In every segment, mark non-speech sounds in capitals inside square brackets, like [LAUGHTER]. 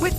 With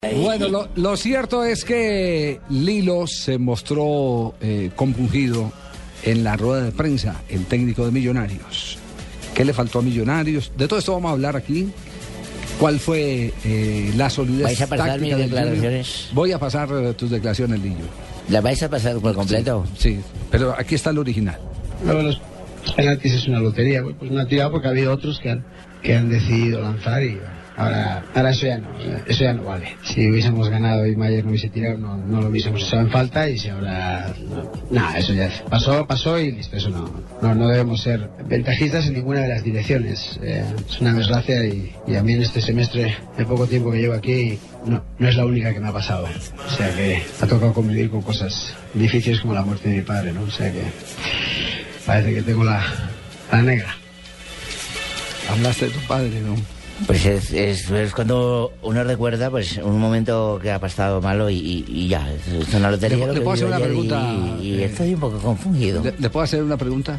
Bueno, lo, lo cierto es que Lilo se mostró eh, compungido en la rueda de prensa, el técnico de Millonarios. ¿Qué le faltó a Millonarios? De todo esto vamos a hablar aquí. ¿Cuál fue eh, la solidez ¿Vais a pasar táctica del mis Junior? declaraciones? Voy a pasar eh, tus declaraciones, Lillo. ¿La vais a pasar por completo? Sí, pero aquí está el original. Lo de los penaltis es una lotería, güey, pues una tirada porque ha habido otros que han, que han decidido lanzar y bueno, ahora, ahora eso, ya no, eso ya no vale. Si hubiésemos ganado y Mayer no hubiese tirado, no, no lo hubiésemos echado en falta y si ahora... no, nada, eso ya pasó, pasó y listo, eso no, no, no debemos ser ventajistas en ninguna de las direcciones. Eh, es una desgracia y, y a mí en este semestre, el poco tiempo que llevo aquí, no, no es la única que me ha pasado. O sea que ha tocado convivir con cosas difíciles como la muerte de mi padre, ¿no? O sea que... Parece que tengo la, la negra. Hablaste de tu padre, ¿no? Pues es, es- es cuando uno recuerda pues un momento que ha pasado malo y, y- y ya. Es una lotería. Le- lo le que puedo hacer una vivo ayer y- pregunta, Y, eh, estoy un poco confundido. ¿Le, le puedo hacer una pregunta?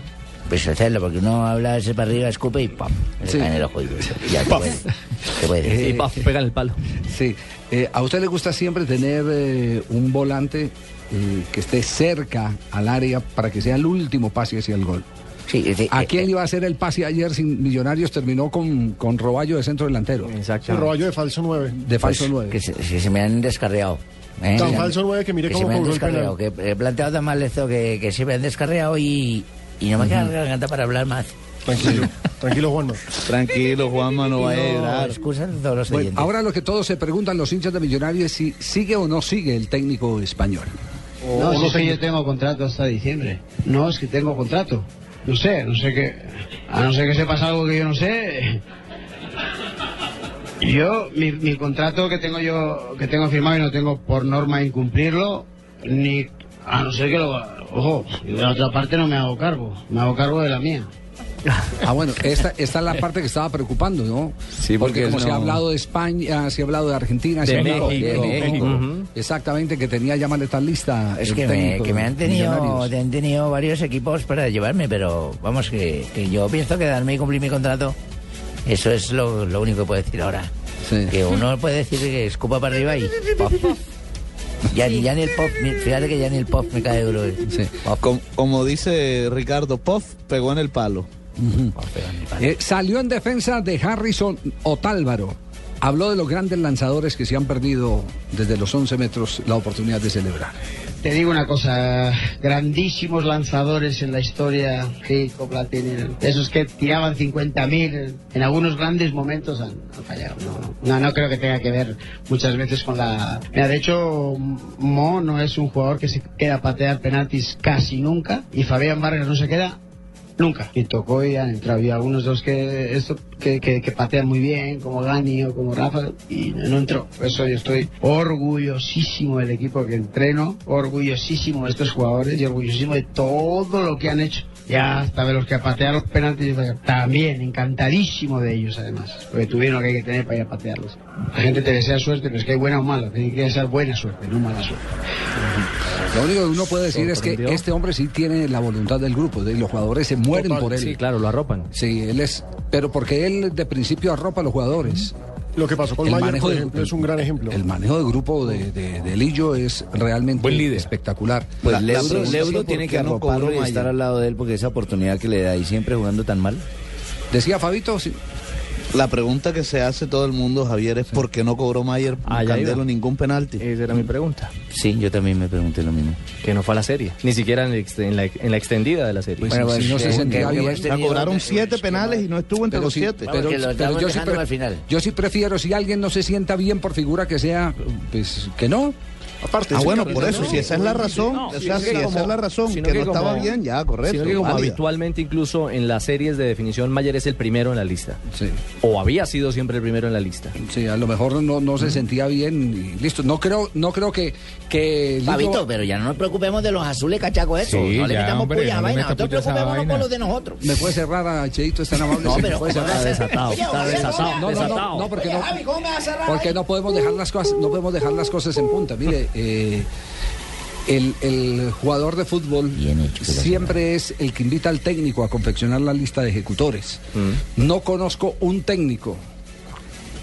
Pues hacerlo, porque uno habla ese para arriba, escupe y ¡pam! Le Sí. cae en el ojo y [LAUGHS] ya te puede, te puede Eh, decir. pega en el palo. Sí. Eh, ¿A usted le gusta siempre tener eh, un volante eh, que esté cerca al área para que sea el último pase hacia el gol? Sí, es decir, ¿A eh, quién eh, iba a hacer el pase ayer sin Millonarios? Terminó con, con Roballo de centro delantero, Exacto. rollo de falso 9. de falso pues, 9. Que se, que se me han descarriado. ¿eh? Tan Se han- falso nueve que mire se cómo me han cobró el penal. descarriado. Que he planteado tan mal esto que, que se me han descarriado y, y no me queda la garganta para hablar más. Tranquilo, tranquilo, Juanma. Tranquilo, Juanma, no vaya a No, llorar. excusan todos los Bueno, oyentes. ahora lo que todos se preguntan los hinchas de Millonarios es si sigue o no sigue el técnico español. No, si es que yo tengo contrato hasta diciembre. No, es que tengo contrato. No sé, no sé qué. A no ser que se pasa algo que yo no sé. Yo, mi, mi contrato que tengo yo, que tengo firmado y no tengo por norma incumplirlo, ni. A no ser que lo. Ojo, de la otra parte no me hago cargo. Me hago cargo de la mía. Ah, bueno, esta, esta es la parte que estaba preocupando, ¿no? Sí, porque como se ha no- hablado de España, se ha hablado de Argentina, se ha hablado México. de México. Ujú. Exactamente, que tenía ya maleta lista. Es el que me, técnico que me han de tenido, Millonarios. te han tenido varios equipos para llevarme, pero vamos, que, que yo pienso quedarme y cumplir mi contrato. Eso es lo, lo único que puedo decir ahora. Sí. Que uno puede decir que escupa para arriba y pop, pop. Ya, ni- ya ni el pop, ni- fíjate que ya ni el pop me cae duro. eh. Sí. Pop, Como, como dice Ricardo, Puff pegó en el palo. Mm. pop, pero ni para- Eh, salió en defensa de Harrison Otálvaro. Habló de los grandes lanzadores que se han perdido desde los 11 metros la oportunidad de celebrar. Te digo una cosa, grandísimos lanzadores en la historia, Rico, Platini, esos que tiraban 50.000 en algunos grandes momentos han, han fallado. No, no, no creo que tenga que ver muchas veces con la... Mira, de hecho, Mo no es un jugador que se queda a patear penaltis casi nunca y Fabián Vargas no se queda Nunca. Y tocó y han entrado. Y algunos dos que, esto, que, que, que patean muy bien, como Gani o como Rafa, y no entró. Por eso yo estoy orgullosísimo del equipo que entreno, orgullosísimo de estos jugadores y orgullosísimo de todo lo que han hecho. Ya hasta de los que patearon penaltis, también encantadísimo de ellos además, porque tuvieron lo que hay que tener para ir a patearlos. La gente te desea suerte, pero es que hay buena o mala, tiene que desear buena suerte, no mala suerte. Lo único que uno puede decir es que este hombre sí tiene la voluntad del grupo, de, y los jugadores se mueren por él. Sí, claro, lo arropan. Sí, él es, pero porque él de principio arropa a los jugadores. Lo que pasó con El Mayer, manejo por de- ejemplo, es un gran ejemplo. El manejo de grupo de, de- de Lillo es realmente Buen líder. espectacular. Pues La- la Leuro, pregunta Leuro es, ¿por tiene qué que no arroparlo cobró y Mayer? estar al lado de él porque esa oportunidad que le da y siempre jugando tan mal. Decía Fabito, sí. La pregunta que se hace todo el mundo, Javier, es ¿por qué no cobró Mayer Allá Candelo iba. ningún penalti? Esa era mi pregunta. Sí, yo también me pregunté lo mismo. Que no fue a la serie. Ni siquiera en, el ex- en la, en la extendida de la serie. Pues sí, sí, no se sentía bien. O sea, cobraron siete penales y no estuvo entre los sí- siete. Vamos, que lo estamos yo sí dejando pre- al final. yo sí prefiero, si alguien no se sienta bien por figura que sea, pues que no. Aparte, ah, ese bueno, capitán por eso, no, si esa es la no, razón, no, o si sea, es si que esa como- es la razón, que sino no que estaba como- bien, ya, correcto. Sino que como válida. habitualmente incluso en las series de definición Mayer es el primero en la lista. Sí. O había sido siempre el primero en la lista. Sí, a lo mejor no, no se sentía bien y listo. No creo, no creo que, que Lillo- Pabito, pero ya no nos preocupemos de los azules cachacos esos. Sí, no le ya, metamos hombre, puya a no le vaina. meta Nosotros puya a esa preocupémonos vaina. con los de nosotros. ¿Me puede cerrar a Cheito? ¿Es tan amable? No, ¿Sí me pero puede ¿cómo cerrar? vas a hacer? desatado, Oye, está Javi, ¿cómo desatado, me- No, no, no, desatado. no, porque Oye, no, Javi, ¿cómo me vas a cerrar porque ahí? no podemos dejar las cosas, no podemos dejar las cosas en punta. Mire, eh, el, el jugador de fútbol Bien hecho, que lo siempre es el que invita al técnico a confeccionar la lista de ejecutores. No conozco un técnico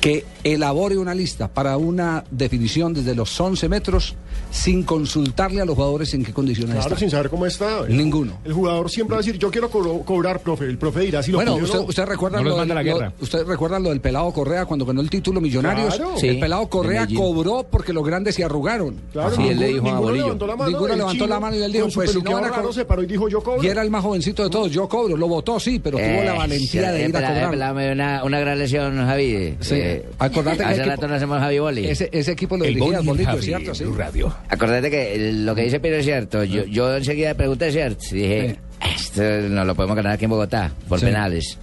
que elabore una lista para una definición desde los 11 metros sin consultarle a los jugadores en qué condiciones Claro, están. sin saber cómo está. El- Ninguno. El jugador siempre va a decir, yo quiero cobro- cobrar, profe. El profe dirá si lo Bueno, pide o usted, no. usted recuerda No los lo, manda a la lo- guerra. usted recuerda lo del pelado Correa cuando ganó el título Millonarios. Claro. El Sí, pelado de Correa Medellín. cobró porque los grandes se arrugaron. Claro, Así él le dijo a ninguno Bolillo. levantó la mano. "Ah, Ninguno El levantó chino, la mano y él dijo, con su pues si no peluqueado van a raro, cobrar- se paró y dijo, yo cobro. Y era el más jovencito de todos. Yo cobro, lo votó, sí, pero tuvo Eh, la valentía de ir a cobrar. una, una gran lesión, Javi. Sí. Eh, Acordate que hace el equipo- rato no hacemos Javi Boli. Ese, ese equipo lo dirigía bowling, Bolito, Javi, ¿cierto? Sí. Blue Radio. Acordate que el- lo que dice Pedro es cierto. Yo, yo enseguida pregunté, ¿cierto? Y dije, esto no lo podemos ganar aquí en Bogotá, por Sí. penales.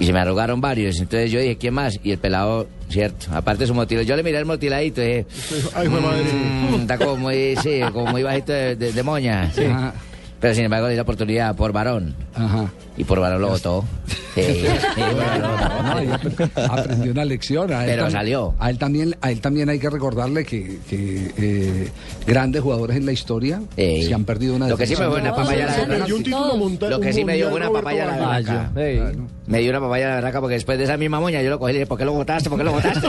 Y se me arrogaron varios. Entonces yo dije, ¿quién más? Y el pelado, ¿cierto? Aparte de su motilo. Yo le miré el motiladito y dije, Ay, hijo de madre. "Mm, está como muy, sí, como muy bajito de, de- de moña. Ajá, Pero sin embargo, di la oportunidad por varón. ajá. Y por varón lo votó. Sí, sí, por varón lo [LAUGHS] votó. No, y apre- aprendió una lección. A él Pero tam- salió. A él también, a él también hay que recordarle que, que, eh, grandes jugadores en la historia Ey. se han perdido una Lo que sí definición. me fue una Oh, papaya la Se perdió un verdad. título monta- Lo que un sí me mundial, dio fue una Roberto papaya la Barrantes. verdad. Vaya, ey. Me dio [LAUGHS] una papaya la verdad porque después de esa misma moña yo lo cogí y le dije, ¿por qué lo votaste? ¿Por qué lo votaste?